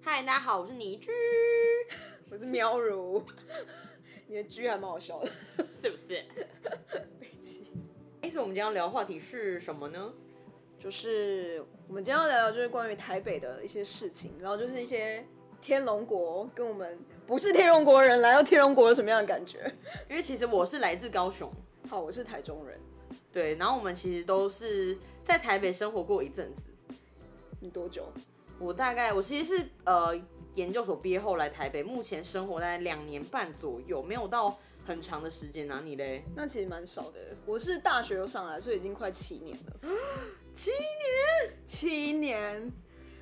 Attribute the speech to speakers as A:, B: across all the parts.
A: 嗨，大家好，我是倪居，
B: 我是喵如， 你的居还蛮好笑的。
A: 是不是？
B: 北极
A: 哎，所以我们今天要聊的话题是什么呢？
B: 就是我们今天要聊聊就是关于台北的一些事情，然后就是一些天龙国跟我们不是天龙国人来到天龙国有什么样的感觉。
A: 因为其实我是来自高雄，
B: 好，我是台中人，
A: 对，然后我们其实都是在台北生活过一阵子。
B: 你多久？
A: 我大概我其实是呃研究所毕业后来台北，目前生活大概两年半左右，没有到很长的时间啊。你 嘞？
B: 那其实蛮少的。我是大学又上来，所以已经快七年了。
A: 七
B: 七年，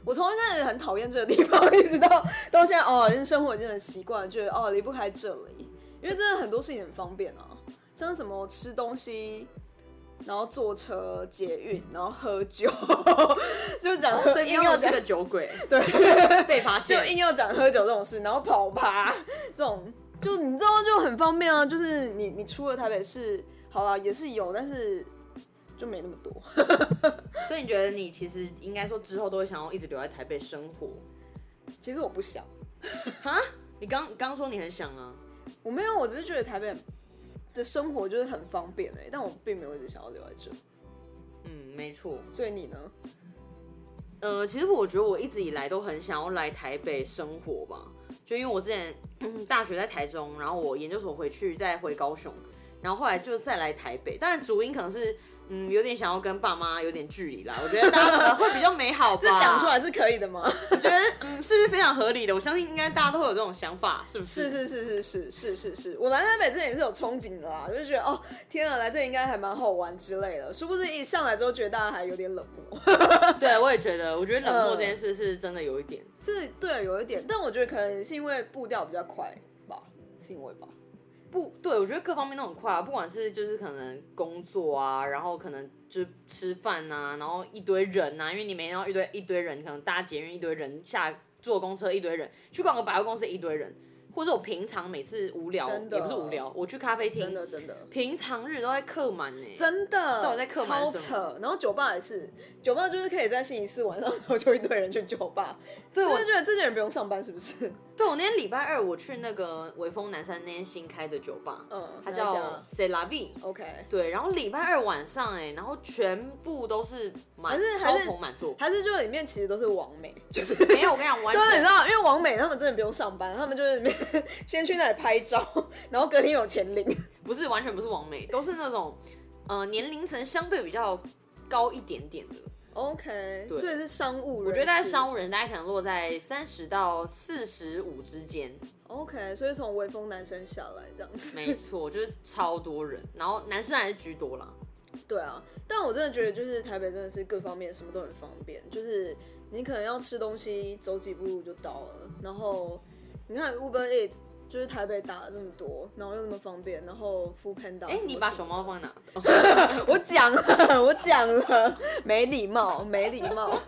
B: 我从一开始很讨厌这个地方， 一直到到现在哦，已经生活已经很习惯，觉得哦离不开这里，因为真的很多事情很方便啊，像是什么吃东西。然后坐车、捷运，然后喝酒， 就讲
A: 年，
B: 喝
A: 所以
B: 硬
A: 硬
B: 要
A: 要这
B: 讲
A: 个酒鬼
B: 对，
A: 被发现
B: 就， 硬要讲喝酒这种事，然后跑趴这种，就你知道就很方便啊。就是你你出了台北市，好啦，也是有，但是就没那么多。
A: 所以你觉得你其实应该说之后都会想要一直留在台北生活？
B: 其实我不想，
A: 你刚你刚说你很想啊，
B: 我没有，我只是觉得台北的生活就是很方便哎、但我并没有一直想要留在这。
A: 嗯，没错。
B: 所以你呢？
A: 呃，其实我觉得我一直以来都很想要来台北生活吧，就因为我之前嗯大学在台中，然后我研究所回去再回高雄，然后后来就再来台北。当然主因可能是嗯有点想要跟爸妈有点距离啦，我觉得大家可能会比较美好吧。
B: 这讲出来是可以的吗？
A: 我觉得嗯是非常合理的，我相信应该大家都会有这种想法，是不是？
B: 是是是是是是是是，我来台北之前也是有憧憬的啦，就是觉得哦天啊，来这里应该还蛮好玩之类的。殊不知一上来之后，觉得大家还有点冷漠。
A: 对，我也觉得，我觉得
B: 呃
A: 冷漠这件事是真的有一点。
B: 是对，有一点，但我觉得可能是因为步调比较快吧，是因为吧？
A: 不对，我觉得各方面都很快啊，不管是就是可能工作啊，然后可能就是吃饭呐、然后一堆人啊呐、因为你每天要一堆一堆人，可能搭捷运一堆人，下坐公车一堆人，去逛个百货公司一堆人，或者我平常每次无聊，
B: 真的
A: 也不是无聊，我去咖啡
B: 真
A: 厅，
B: 的真的
A: 平常日都在客满呢、
B: 真的，
A: 到底在刻板
B: 超
A: 什么
B: 扯。然后酒吧也是，酒吧就是可以在星期四晚上， 然后就一堆人去酒吧。
A: 对
B: 我
A: 我
B: 就觉得这些人不用上班，是不是？
A: 对我那天礼拜二我去那个微风南山那间新开的酒吧，
B: 嗯
A: 它
B: 哪一家
A: 叫 c e l a v i
B: OK，
A: 对，然后礼拜二晚上哎、然后全部都是满
B: 还是还
A: 高
B: 是
A: 朋满座，
B: 还是就里面其实都是王美，就是。
A: 没有，我跟你讲，完
B: 对，啊你
A: 全
B: 知道，因为王美他们真的不用上班，他们就是 先去那里拍照，然后隔天有钱领。
A: 不是完全不是完美，都是那种呃年龄层相对比较高一点点的。
B: OK，
A: 对
B: 所以是商务人士，
A: 我觉得在商务人，大概可能落在三十到四十五之间，
B: OK，所以从微风男生下来这样子。
A: 没错，就是超多人，然后男生还是居多啦。
B: 对啊，但我真的觉得就是台北真的是各方面什么都很方便，就是你可能要吃东西，走几步路就到了。然后你看 Uber Eats，就是台北打了这么多，然后又那么方便，然后 Food Panda，
A: 哎、你把
B: 啊什
A: 熊
B: 么
A: 猫放在哪？哦
B: 什么的我讲了，我讲了，没礼貌，没礼貌。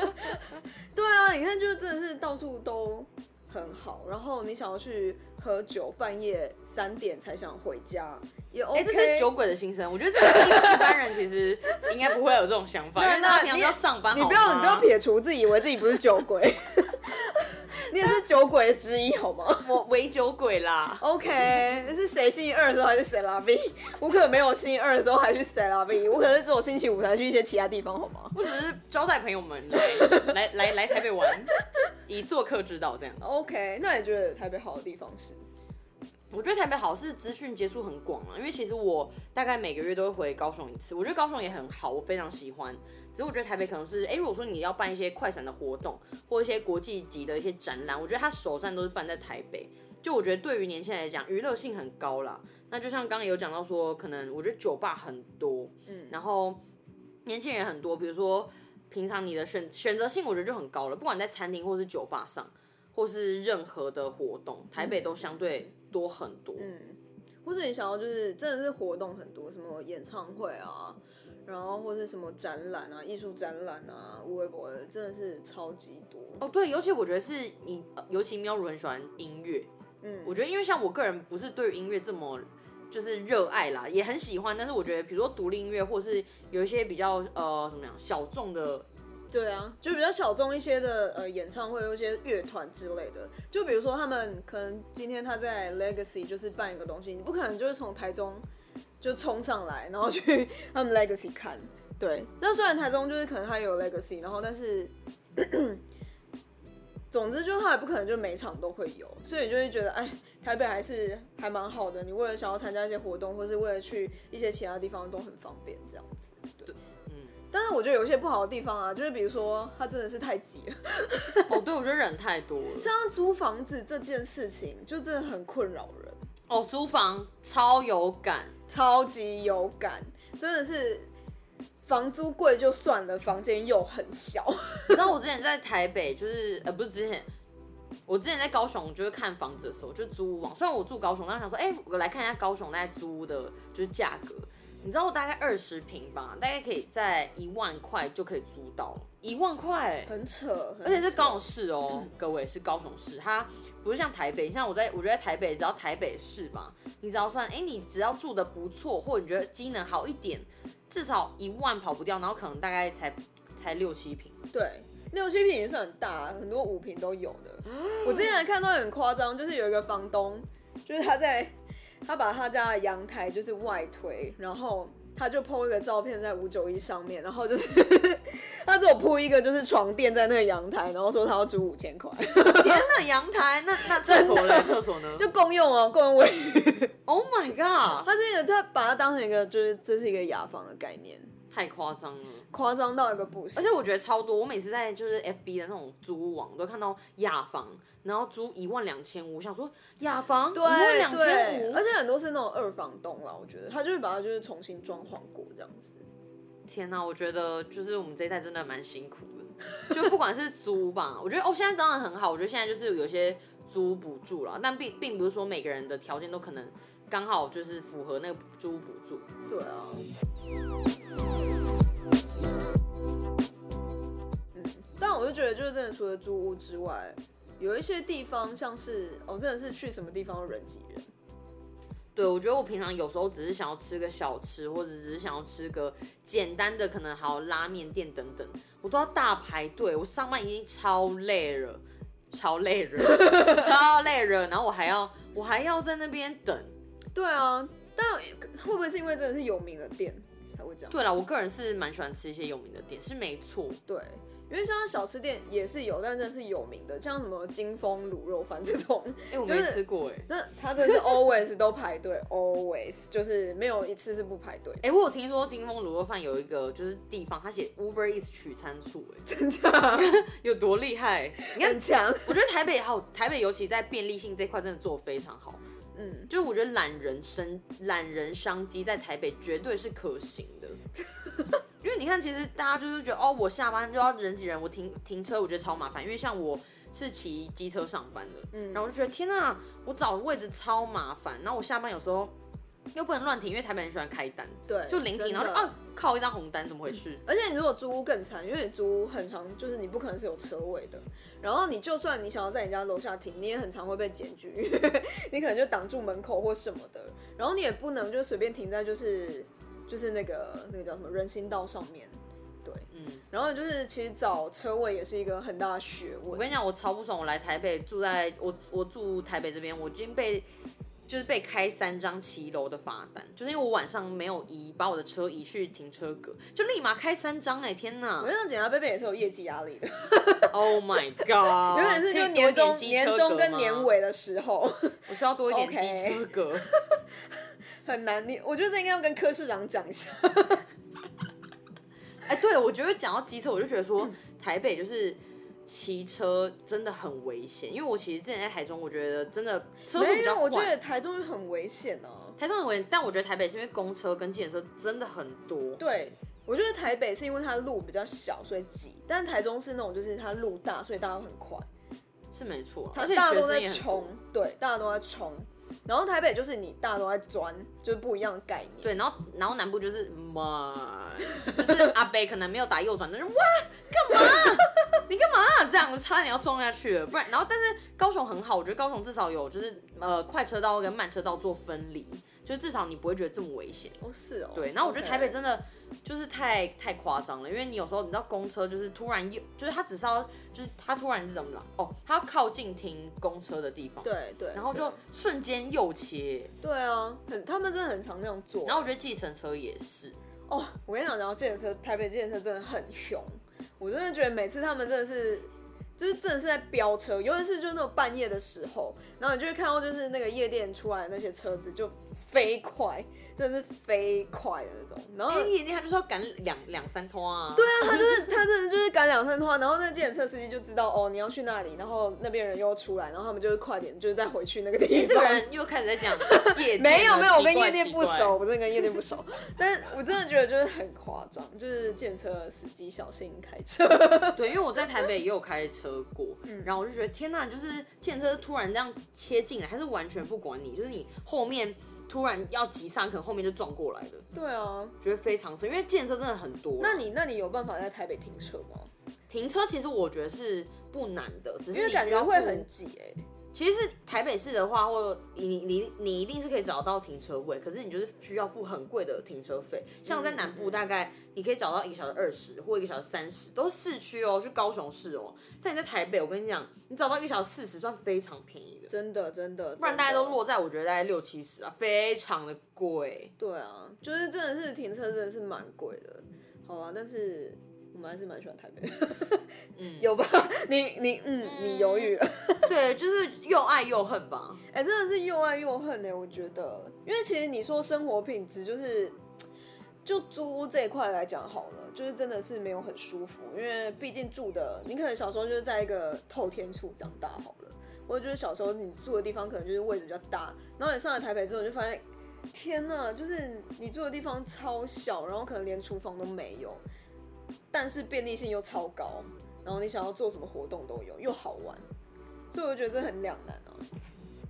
B: 对啊，你看就是真的是到处都。很好，然后你想要去喝酒，半夜三点才想回家，也 OK。
A: 哎、这是酒鬼的心声。我觉得这个一般人其实应该不会有这种想法，因
B: 对
A: 为大家
B: 那
A: 平常
B: 你
A: 都要上班
B: 你
A: 好
B: 不要你不要
A: 吗
B: 撇除自己，以为自己不是酒 鬼，你也是酒鬼之一，好吗
A: 我伪酒鬼啦。
B: ？OK，是谁星期二的时候还是谁拉 V？我可没有星期二的时候还去谁拉 V，我可是只有星期五才去一些其他地方，好吗
A: 我只是招待朋友们来来来来台北玩，以做客之道这样。
B: ？OK，那你觉得台北好的地方是？
A: 我觉得台北好是资讯接触很广啊，因为其实我大概每个月都会回高雄一次，我觉得高雄也很好，我非常喜欢。只是我觉得台北可能是，哎、如果说你要办一些快闪的活动，或一些国际级的一些展览，我觉得它首站都是办在台北。就我觉得对于年轻人来讲，娱乐性很高啦。那就像刚刚有讲到说，可能我觉得酒吧很多，嗯，然后年轻人也很多，比如说平常你的选选择性，我觉得就很高了，不管在餐厅或是酒吧上，或是任何的活动，台北都相对多很多。
B: 嗯，或者你想要就是真的是活动很多，什么演唱会啊，然后或是什么展览啊、艺术展览啊、微博真的是超级多。
A: 哦，对，尤其我觉得是你，呃尤其喵如很喜欢音乐，
B: 嗯，
A: 我觉得因为像我个人不是对于音乐这么就是热爱啦，也很喜欢，但是我觉得比如说独立音乐或是有一些比较呃怎么样小众的
B: 对啊，就比较小众一些的呃演唱会，有一些乐团之类的。就比如说他们可能今天他在 Legacy 就是办一个东西，你不可能就是从台中就冲上来，然后去他们 Legacy 看。对，那虽然台中就是可能他也有 Legacy，然后但是 总之就是他也不可能就每场都会有，所以你就会觉得哎，台北还是还蛮好的。你为了想要参加一些活动，或是为了去一些其他地方都很方便这样子。
A: 嗯，
B: 但是我觉得有一些不好的地方啊，就是比如说它真的是太挤了，
A: 哦，对，我觉得人太多了。
B: 像租房子这件事情，就真的很困扰人，
A: 哦，租房超有感，
B: 超级有感，真的是房租贵就算了，房间又很小，
A: 你知道我之前在台北，就是呃，不是之前，我之前在高雄就是看房子的时候，就租屋网。虽然我住高雄，但我想说，哎、我来看一下高雄那租屋的，就是价格。你知道我大概二十平吧，大概可以在一万块就可以租到，一万块。
B: 很扯，
A: 而且是
B: 是
A: 高雄市哦，各位是高雄市，它不是像台北，像我在我觉得台北只要台北市吧，你只要算，哎、你只要住的不错，或者你觉得机能好一点，至少一万跑不掉，然后可能大概才才六七平。
B: 对。六七平也是很大，很多五平都有的。
A: 啊
B: 我之前还看到很夸张，就是有一个房东，就是他在 他把他家的阳台就是外推，然后他就 PO 一个照片在五九一上面，然后就是 他只有铺一个就是床垫在那个阳台，然后说他要租五千块，
A: 天呐，阳台那那厕所嘞？厕所呢？就
B: 就共用哦，共用卫浴。
A: Oh my god，
B: 他这个他把它当成一个就是这是一个雅房的概念，
A: 太夸张了。
B: 夸张到一个不行。
A: 而且我觉得超多，我每次在就是 FB 的那种租屋网都看到雅房，然后租一万两千五，我想说雅房一
B: 对
A: 万两千
B: 对，
A: 五
B: 而，且很多是那种二房东啦，我觉得他就是把它就是重新装潢过这样子。
A: 天呐，我觉得就是我们这一代真的蛮辛苦的，就不管是租吧，我觉得哦，现在当然很好，我觉得现在就是有一些租补助了，但并并不是说每个人的条件都可能刚好就是符合那个租补助。
B: 对啊。嗯，但我就觉得，就是真的，除了租屋之外，有一些地方像是，哦，真的是去什么地方都人挤人。
A: 对，我觉得我平常有时候只是想要吃个小吃，或者只是想要吃个简单的，可能还有拉面店等等，我都要大排队。我上班已经超累了，超累 了，超累了，然后我还要我还要在那边等。
B: 对啊，但会不会是因为真的是有名的店才会这样？
A: 对了，我个人是蛮喜欢吃一些有名的店，是没错。
B: 对，因为像小吃店也是有，但真的是有名的，像什么金丰卤肉饭这种，
A: 哎、我
B: 就
A: 没
B: 是
A: 吃过哎、欸。
B: 那它真的是 always 都排队，always 就是没有一次是不排队的。
A: 哎、我有听说金丰卤肉饭有一个就是地方，它写 Uber Eats 取餐处、欸，
B: 真的
A: 有多厉害？ 你看
B: 很， 强，
A: 我觉得台北好，台北尤其在便利性这块真的做得非常好。
B: 嗯，
A: 就是我觉得懒人生懒人商机在台北绝对是可行的， 因为你看，其实大家就是觉得哦，我下班就要人挤人，我停停车我觉得超麻烦，因为像我是骑机车上班的，
B: 嗯
A: 然后我就觉得天呐，我找位置超麻烦，然后我下班有时候又不能乱停，因为台北人喜欢开单，
B: 对，
A: 就临停，
B: 真
A: 然后就
B: 的
A: 哦靠一张红单，怎么回事？
B: 而且你如果租屋更惨，因为你租屋很长，就是你不可能是有车位的。然后你就算你想要在你家楼下停，你也很常会被检举，因为 你可能就挡住门口或什么的。然后你也不能就随便停在就是就是那个那个叫什么人行道上面，对。
A: 嗯，
B: 然后就是其实找车位也是一个很大的学
A: 我
B: 问。
A: 跟你讲，我超不爽，我来台北住在我我住台北这边，我已经被就是被开三张骑楼的罚单，就是因为我晚上没有移，把我的车移去停车格，就立马开三张哎、天
B: 我
A: 哪
B: 跟你讲，检察贝贝也是有业绩压力的，
A: ！Oh my god！
B: 有点是就
A: 可以多一
B: 年终、
A: 点机
B: 年
A: 车
B: 终
A: 格
B: 跟
A: 吗
B: 年，尾的时候
A: 我需要多一点
B: OK
A: 机车格。
B: 很难。你我觉得这应该要跟柯市长讲一下。
A: 哎、对，我觉得讲到机车，我就觉得说台北就是。骑车真的很危险，因为我其实之前在台中，我觉得真的车速
B: 没
A: 比较
B: 有，
A: 快。
B: 我觉得台中很危险哦、
A: 台中很危险，但我觉得台北是因为公车跟计程车真的很多。
B: 对，我觉得台北是因为它路比较小，所以挤，但台中是那种就是它路大，所以大家都很快，
A: 是没错啊，
B: 它
A: 而且
B: 大
A: 学
B: 家都
A: 生
B: 在
A: 也很
B: 冲，对，大家都在冲。然后台北就是你大家都在钻，就是不一样的概念。
A: 对，然后然后南部就是妈，就是阿北可能没有打右转，但是哇，干嘛？你 干嘛、这样我差点要撞下去了，不然然后但是高雄很好，我觉得高雄至少有就是呃快车道跟慢车道做分离，就至少你不会觉得这么危险。
B: 哦是哦，
A: 对，然后我觉得
B: OK
A: 台北真的就是太太夸张了，因为你有时候你知道公车就是突然又就是它只是要就是它突然是怎么了？哦，它要靠近停公车的地方，
B: 对对，
A: 然后就瞬间右切。
B: 对对啊，很他们真的很常那样做。
A: 然后我觉得计程车也是，
B: 哦，我跟你讲，然后健车台北健车真的很凶，我真的觉得每次他们真的是。就是真的是在飙车，尤其是就是那种半夜的时候，然后你就会看到就是那个夜店出来的那些车子就飞快，真的是飞快的那种。然后
A: 因为夜店它就是要赶两两三通啊。对
B: 对啊，他就是他真的就是赶两三通啊，然后那个计程车司机就知道哦你要去那里，然后那边人又要出来，然后他们就是快点就是再回去那个地方。
A: 哎这个人又开始在讲夜店了，啊
B: 没有没有，我跟
A: 奇怪
B: 夜店不。
A: 奇怪
B: 熟，我真的跟夜店不熟。 但我真的觉得就是很夸张，就是建车司机小心开车。
A: 对，因为我在台北也有开车过，
B: 嗯
A: 然后我就觉得天呐，就是电车突然这样切进来，它是完全不管你，就是你后面突然要急刹，可能后面就撞过来了，
B: 对啊，
A: 觉得非常深，因为电车真的很多。
B: 那你那你有办法在台北停车吗？
A: 停车其实我觉得是不难的，只
B: 因
A: 是
B: 为
A: 你
B: 感
A: 需
B: 觉
A: 要
B: 会
A: 付
B: 很挤哎、
A: 其实是台北市的话，或你你你一定是可以找到停车位，可是你就是需要付很贵的停车费。像在南部，大概你可以找到一个小时二十或一个小时三十，都是市区哦，是高雄市哦。但你在台北，我跟你讲，你找到一个小时四十算非常便宜的，
B: 真的真的，
A: 不然大家都
B: 落。
A: 落在我觉得大概六七十啊，非常的贵。
B: 对啊，就是真的是停车真的是蛮贵的。好啊，但是我们还是蛮喜欢台北。嗯， 有吧？你你嗯，你犹豫了。
A: 对，就是又爱又恨吧。
B: 哎、真的是又爱又恨呢、欸我觉得，因为其实你说生活品质，就是就租屋这一块来讲好了，就是真的是没有很舒服，因为毕竟住的，你可能小时候就是在一个透天处长大好了，我觉得小时候你住的地方可能就是位置比较大，然后你上来台北之后你就发现，天呐，就是你住的地方超小，然后可能连厨房都没有，但是便利性又超高，然后你想要做什么活动都有，又好玩，所以我觉得这很两难啊。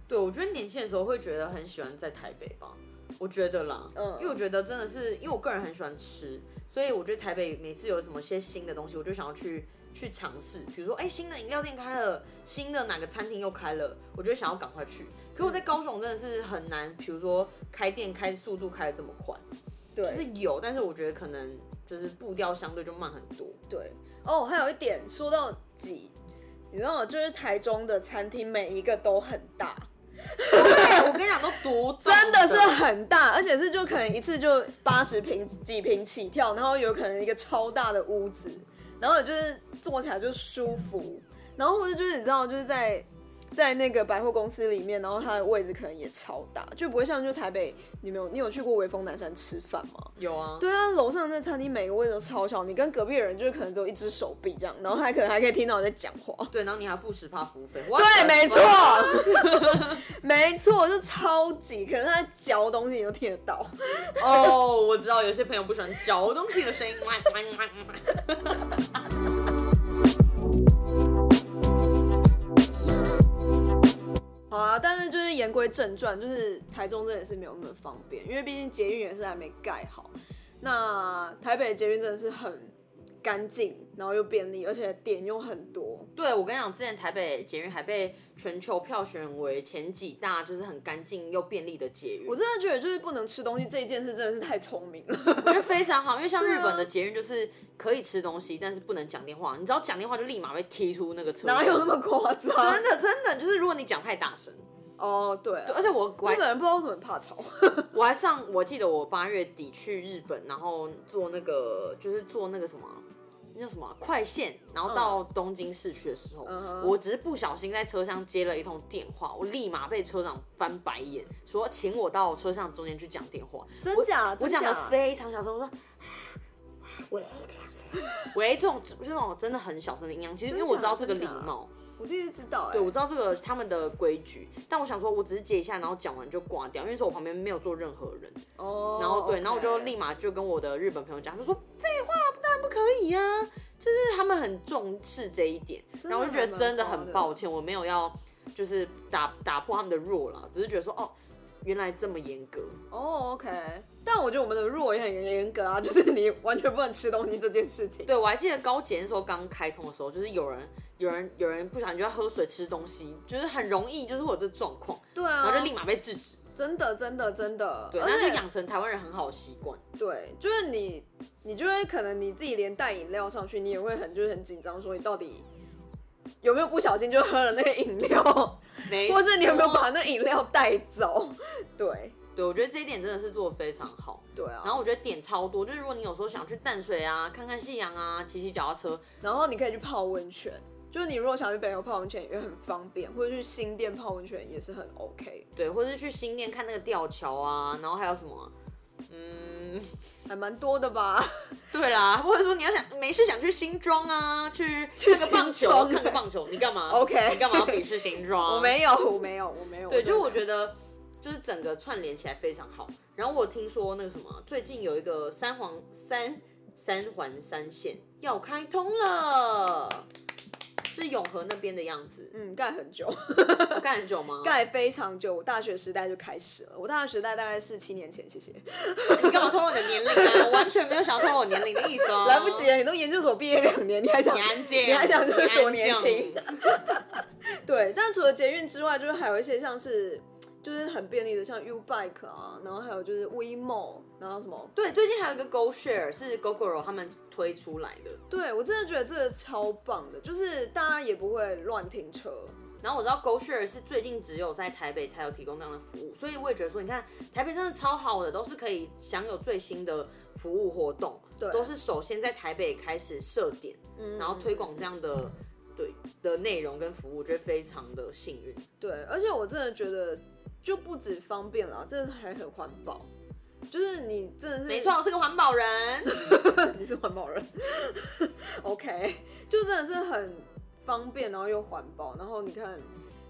A: 对，我觉得年轻的时候会觉得很喜欢在台北吧，我觉得啦，
B: 嗯
A: 因为我觉得真的是，因为我个人很喜欢吃，所以我觉得台北每次有什么些新的东西，我就想要去去尝试，比如说，哎、新的饮料店开了，新的哪个餐厅又开了，我就会想要赶快去。可
B: 嗯
A: 我在高雄真的是很难，比如说开店开速度开的这么快，
B: 对，
A: 就是有，但是我觉得可能就是步调相对就慢很多。
B: 对哦，还有一点说到挤，你知道吗？就是台中的餐厅每一个都很大，
A: 对，我跟你讲，都独栋
B: 真的是很大，而且是就可能一次就八十平几平起跳，然后有可能一个超大的屋子，然后就是坐起来就舒服，然后或者就是你知道就是在。在那个百货公司里面，然后它的位置可能也超大，就不会像就台北，你没有你有去过威风南山吃饭吗？
A: 有啊，
B: 对啊，楼上那餐厅每个位置都超小，你跟隔壁的人就是可能只有一只手臂这样，然后他可能还可以听到你在讲话。
A: 对，然后你还付十趴服务费，
B: 对，
A: 对
B: 没错， 没错，就超级，可能他在嚼东西你都听得到。
A: 哦，我知道有些朋友不喜欢嚼东西的声音。哇哇哇哇
B: 好啊，但是就是言归正传，就是台中真的是没有那么方便，因为毕竟捷运也是还没盖好。那台北的捷运真的是很干净，然后又便利，而且点又很多。
A: 对，我跟你讲，之前台北捷运还被全球票选为前几大，就是很干净又便利的捷运，
B: 我
A: 我
B: 真的觉得就是不能吃东西这一件事真的是太聪明了。
A: 觉得非常好。因为像
B: 对啊
A: 日本的捷运就是可以吃东西，但是不能讲电话，你只要讲电话就立马被踢出那个车。
B: 哪有那？么夸张？
A: 真的真的，就是如果你讲太大声，
B: 哦，对啊、
A: 对而且我我
B: 日
A: 还
B: 本人不知道为什么很 怕吵。
A: 我还上，我记得我八月底去日本，然后坐那个就是坐那个什么，那叫什么啊快线，然后到东京市区的时候，
B: 嗯哼
A: 我只是不小心在车厢接了一通电话，我立马被车长翻白眼，说请我到车厢中间去讲电话。
B: 真
A: 我
B: 假
A: 我
B: 真
A: 讲的
B: 假
A: 非常小声，我说。喂，这样子，喂，这种这种真的很小声的音量，其实因为我知道这个
B: 真
A: 礼
B: 假真假
A: 貌，
B: 我第一次知道、欸，
A: 对，我知道这个他们的规矩，但我想说，我只是接一下，然后讲完就挂掉，因为是我旁边没有坐任何人，
B: 哦，
A: 然后对，然后我就
B: OK
A: 立马就跟我的日本朋友讲，他说废话，当然不可以啊，就是他们很重视这一点，
B: 的
A: 然后我就觉得真的
B: 还蛮高
A: 很
B: 的
A: 抱歉，我没有要就是打打破他们的弱啦，只是觉得说哦，原来这么严格，
B: 哦，OK、o k 但我觉得我们的入围也很严格啊， 就是你完全不能吃东西这件事情。
A: 对我还记得高捷那时候刚开通的时候，就是有人有人有人不小心就要喝水吃东西，就是很容易就是会有这状况，
B: 对
A: 然
B: 啊
A: 后就立马被制止，
B: 真的真的真的，
A: 对，
B: 而
A: 那就
B: 且
A: 养成台湾人很好的习惯。
B: 对，就是你，你就会可能你自己连带饮料上去，你也会很就是很紧张，说你到底有没有不小心就喝了那个饮料，
A: 没
B: 或者你有没有
A: 错啊
B: 把那饮料带走？ 对
A: 对，我觉得这一点真的是做的非常好。
B: 对啊，
A: 然后我觉得点超多，就是如果你有时候想去淡水啊，看看夕阳啊，骑骑脚踏车，
B: 然后你可以去泡温泉，就是你如果想去北欧泡温泉也很方便，或者去新店泡温泉也是很 OK，
A: 对，或者是去新店看那个吊桥啊，然后还有什么啊、嗯，
B: 还蛮多的吧？
A: 对啦，或者说你要想没事想去新庄啊，去
B: 去
A: 看个棒球，
B: 新庄
A: 看个棒球，你干嘛
B: OK
A: 你干嘛要鄙视新庄？
B: 我没有，我没有，我没有。
A: 哦对，就是我
B: 得。
A: 觉得就是整个串联起来非常好。然后我听说那个什么，最近有一个三环三三环三线要开通了，是永和那边的样子
B: 嗯，盖很久，
A: 我干很久吗？
B: 盖非常久，我大学时代就开始了，我大学时代大概是七年前，谢谢。
A: 哦你干嘛透露你的年龄啊？我完全没有想要透露我年龄的意思哦。
B: 来不及了，你都研究所毕业两年，你还想
A: 你安静，
B: 你还想就
A: 你
B: 是
A: 安静
B: 多年轻？ 对，但除了捷运之外，就是还有一些像是就是很便利的，像 U Bike 啊，然后还有就是 WeMo，然后什么？
A: 对，最近还有一个 Go Share 是 GoGoRo 他们推出来的。
B: 对我真的觉得这个超棒的，就是大家也不会乱停车。
A: 然后我知道 GoShare 是最近只有在台北才有提供这样的服务，所以我也觉得说，你看台北真的超好的，都是可以享有最新的服务活动，
B: 对
A: 都是首先在台北开始设点，
B: 嗯
A: 然后推广这样的对的内容跟服务，我觉得非常的幸运。
B: 对，而且我真的觉得就不止方便啦，真的还很环保。就是你真的是
A: 没错，我是个环保人，
B: 你是环保人，OK，就 真的是很方便，然后又环保，然后你看，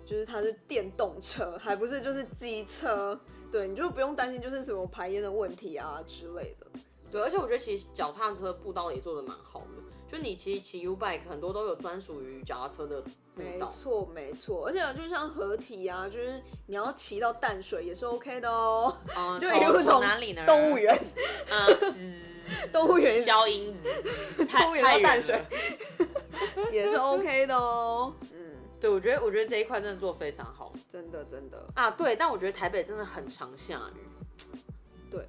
B: 就是它是电动车，还不是就是机车，对，你就不用担心就是什么排烟的问题啊之类的。
A: 对，而且我觉得其实脚踏车步道也做的蛮好的，就你骑骑 U Bike 很多都有专属于脚踏车的步
B: 没
A: 道。
B: 错，没错，而且就像合体啊，就是你要骑到淡水也是 OK 的哦，
A: 嗯，
B: 就
A: 从
B: 一路
A: 从
B: 从
A: 哪里呢？
B: 动物，园，
A: 啊、
B: 动物园
A: 消音 子，太
B: 动物园
A: 太
B: 到
A: 远
B: 淡水
A: 了
B: 也是 OK 的哦。嗯，
A: 对，我觉得我觉得这一块真的做得非常好
B: 真的真的，
A: 啊。对，但我觉得台北真的很常下雨，
B: 对，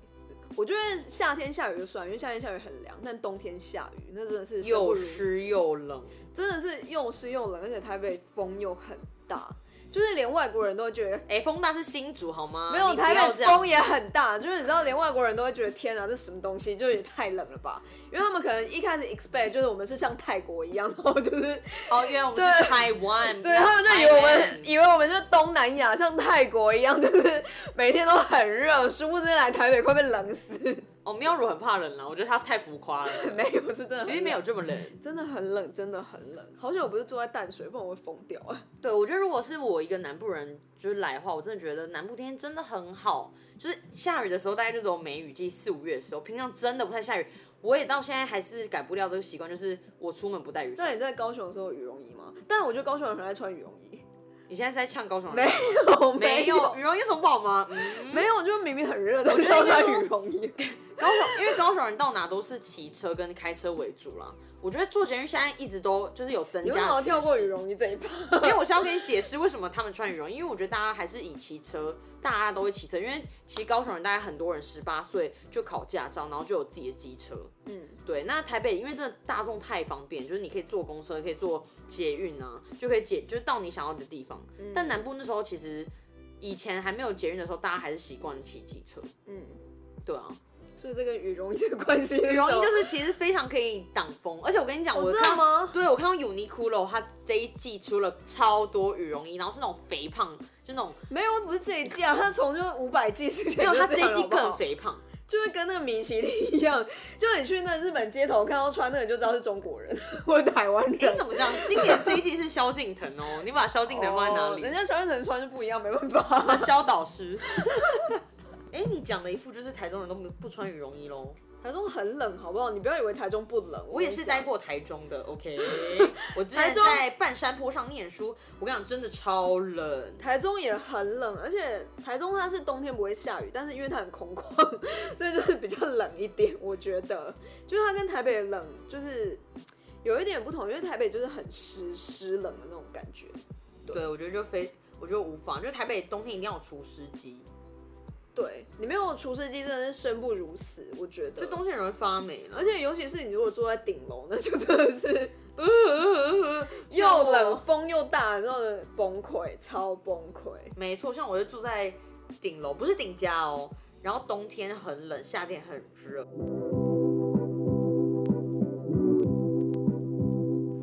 B: 我觉得夏天下雨就算，因为夏天下雨很凉，但冬天下雨那真的是生不
A: 又
B: 如死
A: 湿又冷。
B: 真的是又湿又冷，而且台北风又很大，就是连外国人都会觉得。
A: 哎、风大是新竹好吗？
B: 没有，
A: 啊你不要这
B: 台北
A: 样
B: 风也很大，就是你知道，连外国人都会觉得天啊，这什么东西，就也太冷了吧？因为他们可能一开始 expect 就是我们是像泰国一样，然后就是
A: 哦，因为我们是台湾，
B: 对他们就以为我们以为我们就是东南亚，像泰国一样，就是每天都很热，殊不知来台北快被冷死。
A: 哦，喵如很怕冷啦，我觉得他太浮夸了，
B: 没有，是真的很冷，
A: 其实没有这么冷。
B: 真的很冷，真的很冷。好久我不是住在淡水，不然我会疯掉 啊！
A: 对，我觉得如果是我一个南部人就是来的话，我真的觉得南部天真的很好，就是下雨的时候大概就只有梅雨季四五月的时候，平常真的不太下雨。我也到现在还是改不掉这个习惯，就是我出门不带雨伞。
B: 那你在高雄的时候有羽绒衣吗？但我觉得高雄人很爱穿羽绒 衣。
A: 你现在是在呛高雄人
B: 没
A: 吗？
B: 有，
A: 没
B: 有
A: 有，羽绒衣有什么不好吗？嗯，
B: 没有，就明明很热，但是
A: 觉得
B: 要
A: 应该
B: 穿
A: 说
B: 羽绒 衣。
A: 高雄因为高雄人到哪都是骑车跟开车为主啦。我觉得做捷运现在一直都就是有增
B: 你
A: 加
B: 为
A: 的
B: 什
A: 趋势。
B: 么要跳过羽绒衣这一 趴？
A: 因为我是要跟你解释为什么他们穿羽绒，因为我觉得大家还是以骑车，大家都会骑车，因为其实高雄人大概很多人十八岁就考驾照，然后就有自己的机车。
B: 嗯，
A: 对，那台北因为真的大众太方便，就是你可以坐公车，可以坐捷运啊，就可以解，就是到你想要的地方。但南部那时候其实以前还没有捷运的时候，大家还是习惯骑机车。
B: 嗯，
A: 对啊，
B: 所以这跟羽绒衣的关系，
A: 羽
B: 羽
A: 绒衣就是其实非常可以挡风，而且我跟你讲，我
B: 哦真
A: 看
B: 的
A: 到
B: 吗？
A: 对，我看到 Uniqlo 它这一季出了超多羽绒衣，然后是那种肥胖，就那种
B: 没有，不是这一季啊，它从就五百季之前
A: 没有，
B: 就
A: 它
B: 这
A: 这
B: 样
A: 一
B: 了
A: 季
B: 好不好
A: 更，肥 胖。
B: 就是跟那个米其林一样， 就你去那日本街头看到穿那个，你就知道是中国人或者台湾
A: 你
B: 人。
A: 怎么这样？今年这一季是萧敬腾哦，你把萧敬腾放在哪
B: 哦人
A: 里？
B: 家小人穿就不一样，没办 法。
A: 萧导师。哎、你讲的一副就是台中人都不不穿羽绒衣喽。
B: 台中很冷，好不好？你不要以为台中不冷，
A: 我也
B: 跟
A: 是
B: 你讲
A: 待过台中的，OK。我 之
B: 台
A: 前
B: 中
A: 在半山坡上念书，我跟你讲，真的超冷。
B: 台中也很冷，而且台中它是冬天不会下雨，但是因为它很空旷， 所以就是比较冷一点。我觉得，就是它跟台北的冷就是有一点不同，因为台北就是很湿湿冷的那种感觉。
A: 对，我觉得就非，我觉得无妨。就台北冬天一定要有除湿机，
B: 对你没有除湿机真的是生不如死，我觉得。
A: 这东西很容易发霉了
B: 而。且尤其是你如果坐在顶楼，那就真的是 又冷风又大，然后崩溃，超崩溃。
A: 没错，像我就住在顶楼，不是顶家哦。然后冬天很冷，夏天很热。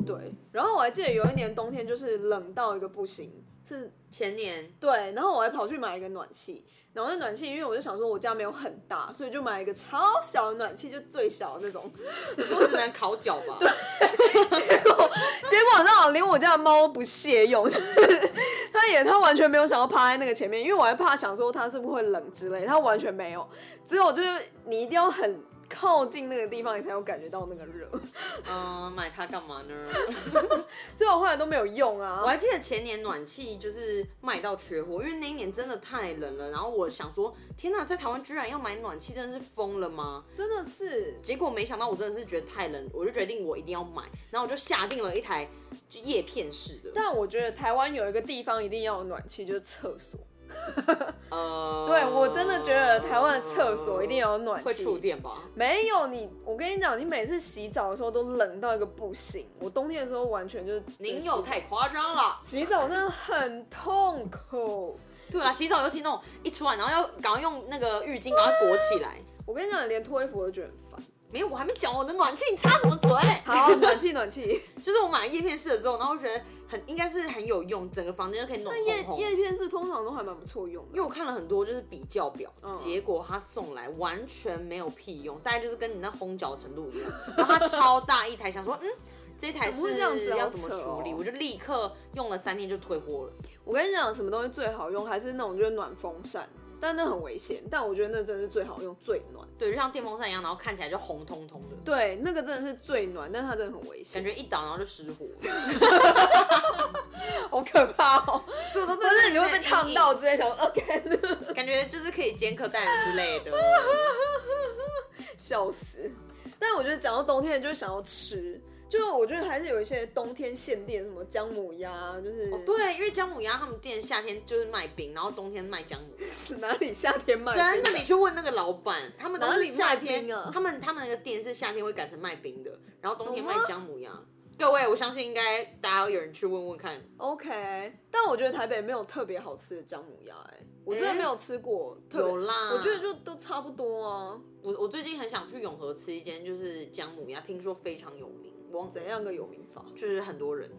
B: 对，然后我还记得有一年冬天就是冷到一个不行，是
A: 前年
B: 对，然后我还跑去买一个暖气，然后那暖气因为我就想说我家没有很大，所以就买一个超小的暖气，就最小的那种。
A: 桌只能烤脚 吧，
B: 结果你知道，连我家的猫不屑用， 就是它也它完全没有想要趴在那个前面，因为我还怕想说它是不是会冷之类，它完全没有，只有就是你一定要很靠近那个地方，你才有感觉到那个热，
A: 嗯、买它干嘛呢？
B: 所以我后来都没有用啊
A: 我。还记得前年暖气就是卖到缺货，因为那一年真的太冷了。然后我想说，天哪，在台湾居然要买暖气，真的是疯了吗？
B: 真的是，
A: 结果没想到我真的是觉得太冷，我就决定我一定要买，然后我就下定了一台就叶片式的，
B: 但我觉得台湾有一个地方一定要有暖气，就是厕所。
A: 呃，
B: 对我真的觉得台湾的厕所一定要有暖气
A: 会触电吧？
B: 没有你，我跟你讲，你每次洗澡的时候都冷到一个不行。我冬天的时候完全就是，
A: 您有太夸张了。
B: 洗澡真的很痛苦。
A: 对啊，洗澡尤其那种一出来，然后要赶快用那个浴巾赶快裹起来。
B: 我跟你讲，连脱衣服我都觉得很烦。
A: 没有，我还没讲我的暖气，你插什么嘴？
B: 好，暖气暖气。
A: 就是我买了叶片式的之后，然后觉得很应该是很有用，整个房间就可以暖
B: 那叶
A: 烘烘。
B: 叶片是通常都还蛮不错用
A: 因
B: 的，
A: 为我看了很多就是比较表，
B: 嗯
A: 结果他送来完全没有屁用，大概就是跟你那烘脚程度一样。然后它超大一台，想说嗯，这台
B: 怎么会
A: 是
B: 这样子啊
A: 要怎么
B: 好扯哦
A: 处理？我就立刻用了三天就退货了。
B: 我跟你讲，什么东西最好用，还是那种就是暖风扇，但那很危险。但我觉得那真的是最好用，最暖。
A: 对，就像电风扇一样，然后看起来就红彤彤的，
B: 对，那个真的是最暖，但它真的很危
A: 感
B: 险，
A: 觉一倒然后就失火。
B: 好可怕 哦！
A: 这都
B: 不是你会被烫到，之类，想
A: 呃
B: 说 OK，
A: 感觉就是可以煎颗蛋之类 的。
B: 笑死。但我觉得讲到冬天，就是想要吃，就是我觉得还是有一些冬天限定，什么姜母鸭，啊就是、
A: 哦，对，因为姜母鸭他们店夏天就是卖冰，然后冬天卖姜母鸭。
B: 对，哪里夏天卖
A: 真的，你去问那个老板，他们都
B: 哪
A: 是
B: 里
A: 夏
B: 卖
A: 天，
B: 冰啊
A: 他们他们那个店是夏天会改成卖冰的，然后冬天卖
B: 有吗
A: 姜母鸭。各位，我相信应该大家有人去问问看，
B: OK，但我觉得台北没有特别好吃的姜母鸭，哎，我真的
A: 诶
B: 没有吃过。特别
A: 有啦。
B: 我觉得就都差不多啊，
A: 我我最近很想去永和吃一间就是姜母鸭，听说非常有名，我忘记
B: 怎样个有名 法？
A: 就是很多人。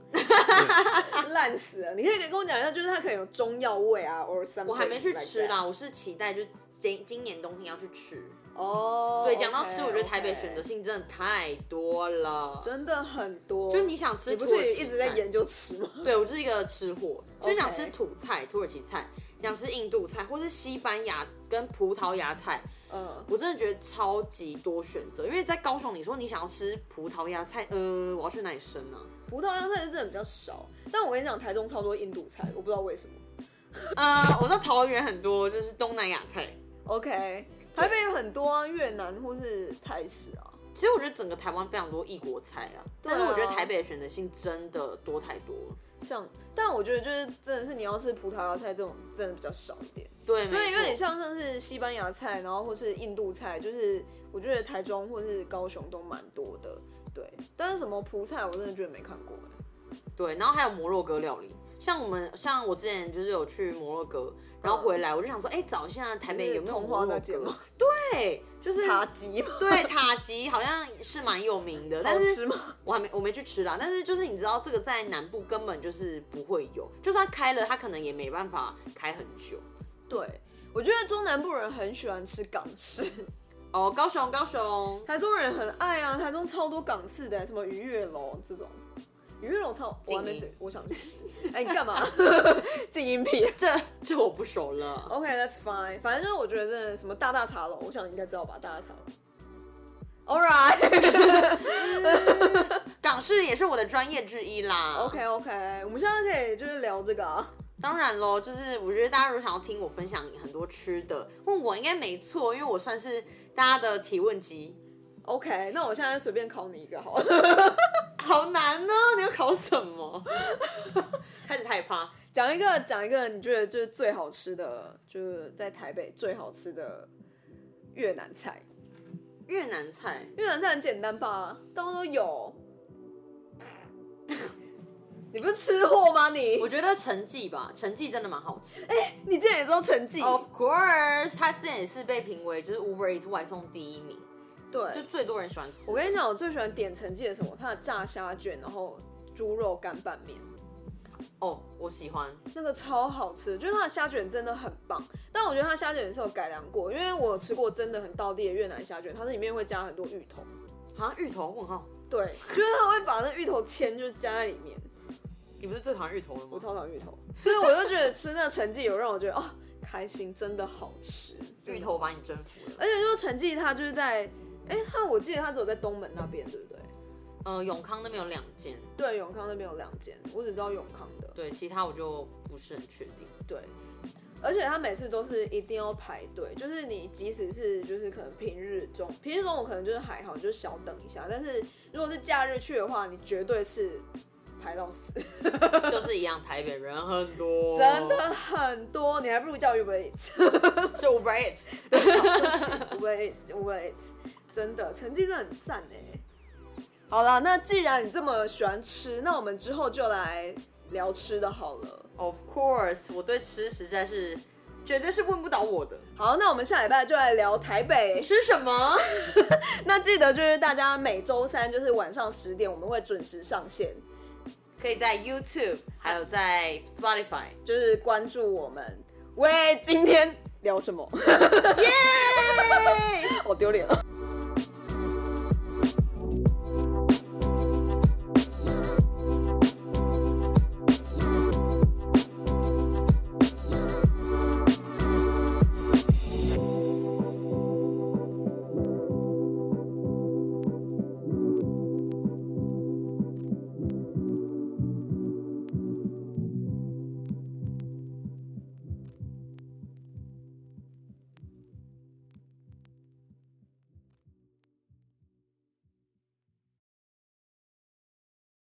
B: 烂死了！你可以跟我讲一下，就是它可能有中药味啊，or something like that。
A: 我还没去吃
B: 啊
A: 啦，我是期待就今今年冬天要去吃。
B: 哦，
A: 对，讲到吃，
B: OK，
A: 我觉得台北
B: OK
A: 选择性真的太多了。
B: 真的很多。
A: 就你想吃
B: 你不
A: 土耳
B: 是
A: 其
B: 一直在
A: 菜
B: 研究吃吗？
A: 对我就是一个吃货，就是想
B: OK
A: 吃土菜、土耳其菜，想吃印度菜，或是西班牙跟葡萄牙菜。
B: 嗯，
A: 我真的觉得超级多选择，因为在高雄，你说你想要吃葡萄牙菜，呃，我要去哪里生呢、
B: 葡萄牙菜是真的比较少，但我跟你讲，台中超多印度菜，我不知道为什么。
A: 呃，我知道桃园很多就是东南亚菜，
B: OK，台北有很多啊，越南或是泰式啊。
A: 其实我觉得整个台湾非常多异国菜啊，但是
B: 对啊
A: 我觉得台北的选择性真的多太多了。
B: 像，但我觉得就是真的是你要吃葡萄牙菜这种，真的比较少一点。
A: 对，
B: 对，
A: 没
B: 有点
A: 错
B: 像像是西班牙菜，然后或是印度菜，就是我觉得台中或是高雄都蛮多的。对，但是什么葡菜我真的觉得没看过欸。
A: 对，然后还有摩洛哥料理。像我们，像我之前就是有去摩洛哥，然后回来我就想说，哎、找一下台北有没有
B: 童
A: 摩
B: 话
A: 洛
B: 大街
A: 哥
B: 吗？？
A: 对，就是
B: 茶几 吗？
A: 对，塔吉好像是蛮有名的，但
B: 好
A: 是
B: 吃吗？
A: 我还没我没去吃啦。但是就是你知道，这个在南部根本就是不会有，就算开了，它可能也没办法开很久。
B: 对，我觉得中南部人很喜欢吃港式，
A: 哦，高雄，高雄，
B: 台中人很爱啊，台中超多港式的欸，什么鱼月楼这种。鱼月楼超，我还没
A: 静
B: 去
A: 音，
B: 我想去吃。 哎、你干 嘛？静音屁。
A: 这这我不熟了。
B: OK，that's、fine。反正就是我觉得真的什么大大茶楼，我想你应该知道吧，大大茶楼。All right，OK
A: 港式也是我的专业之一啦。
B: OK，我们现在可以就是聊这个啊。
A: 当然喽，就是我觉得大家如果想要听我分享很多吃的，问我应该没错，因为我算是大家的提问机。
B: OK，那我现在随便考你一个好了。
A: 好难呢、你要考什么？ 开始害怕。
B: 讲一个，讲一个，你觉得就是最好吃的，就是在台北最好吃的越南菜。
A: 越南菜，
B: 越南菜很简单吧，到处都有。 你不是吃货吗你？
A: 我觉得陈记吧，陈记真的蛮好吃。
B: 你竟然也知道陈记？
A: Of course，它之前也是被评为就是 Uber Eats 外送第一名，
B: 对，
A: 就最多人喜欢吃。
B: 我跟你讲，我最喜欢点陈记的什么？它的炸虾卷，然后猪肉干拌面，
A: 哦，我喜欢。
B: 那个超好吃，就是它的虾卷真的很棒。但我觉得它虾卷是有改良过，因为我有吃过真的很道地的越南虾卷，它是里面会加很多芋头，
A: 啊，芋头？问号，
B: 对， 就是它会把那芋头签就是加在里面。
A: 你不是最讨厌芋头了
B: 我
A: 吗？
B: 超讨厌芋头，所以我就觉得吃那个陈记有让我觉得哦开心，真的好吃。真
A: 芋
B: 的
A: 头
B: 好
A: 把
B: 吃
A: 你征服了。
B: 而且就是陈记它就是在，哎、它我记得它只有在东门那边，对不对？
A: 呃，永康那边有两间，
B: 对，永康那边有两间，我只知道永康的。
A: 对，其他我就不是很确定。
B: 对，而且他每次都是一定要排队，就是你即使是就是可能平日中，平日中我可能就是还好，就是小等一下，但是如果是假日去的话，你绝对是排到死，
A: 就是一样，台北人很多，
B: 真的很多，你还不如叫 Uber Eats，
A: 是 Uber Eats。
B: 对不起 Uber Eats，Uber Eats，真的成绩真的很赞哎。好啦，那既然你这么喜欢吃，那我们之后就来聊吃的好了。
A: Of course，我对吃实在是绝对是问不倒我的。
B: 好，那我们下礼拜就来聊台北。
A: 吃什么？
B: 那记得就是大家每周三就是晚上十点，我们会准时上线，
A: 可以在 YouTube，还有在 Spotify。
B: 就是关注我们。 喂，今天聊什么？耶！好丢脸哦。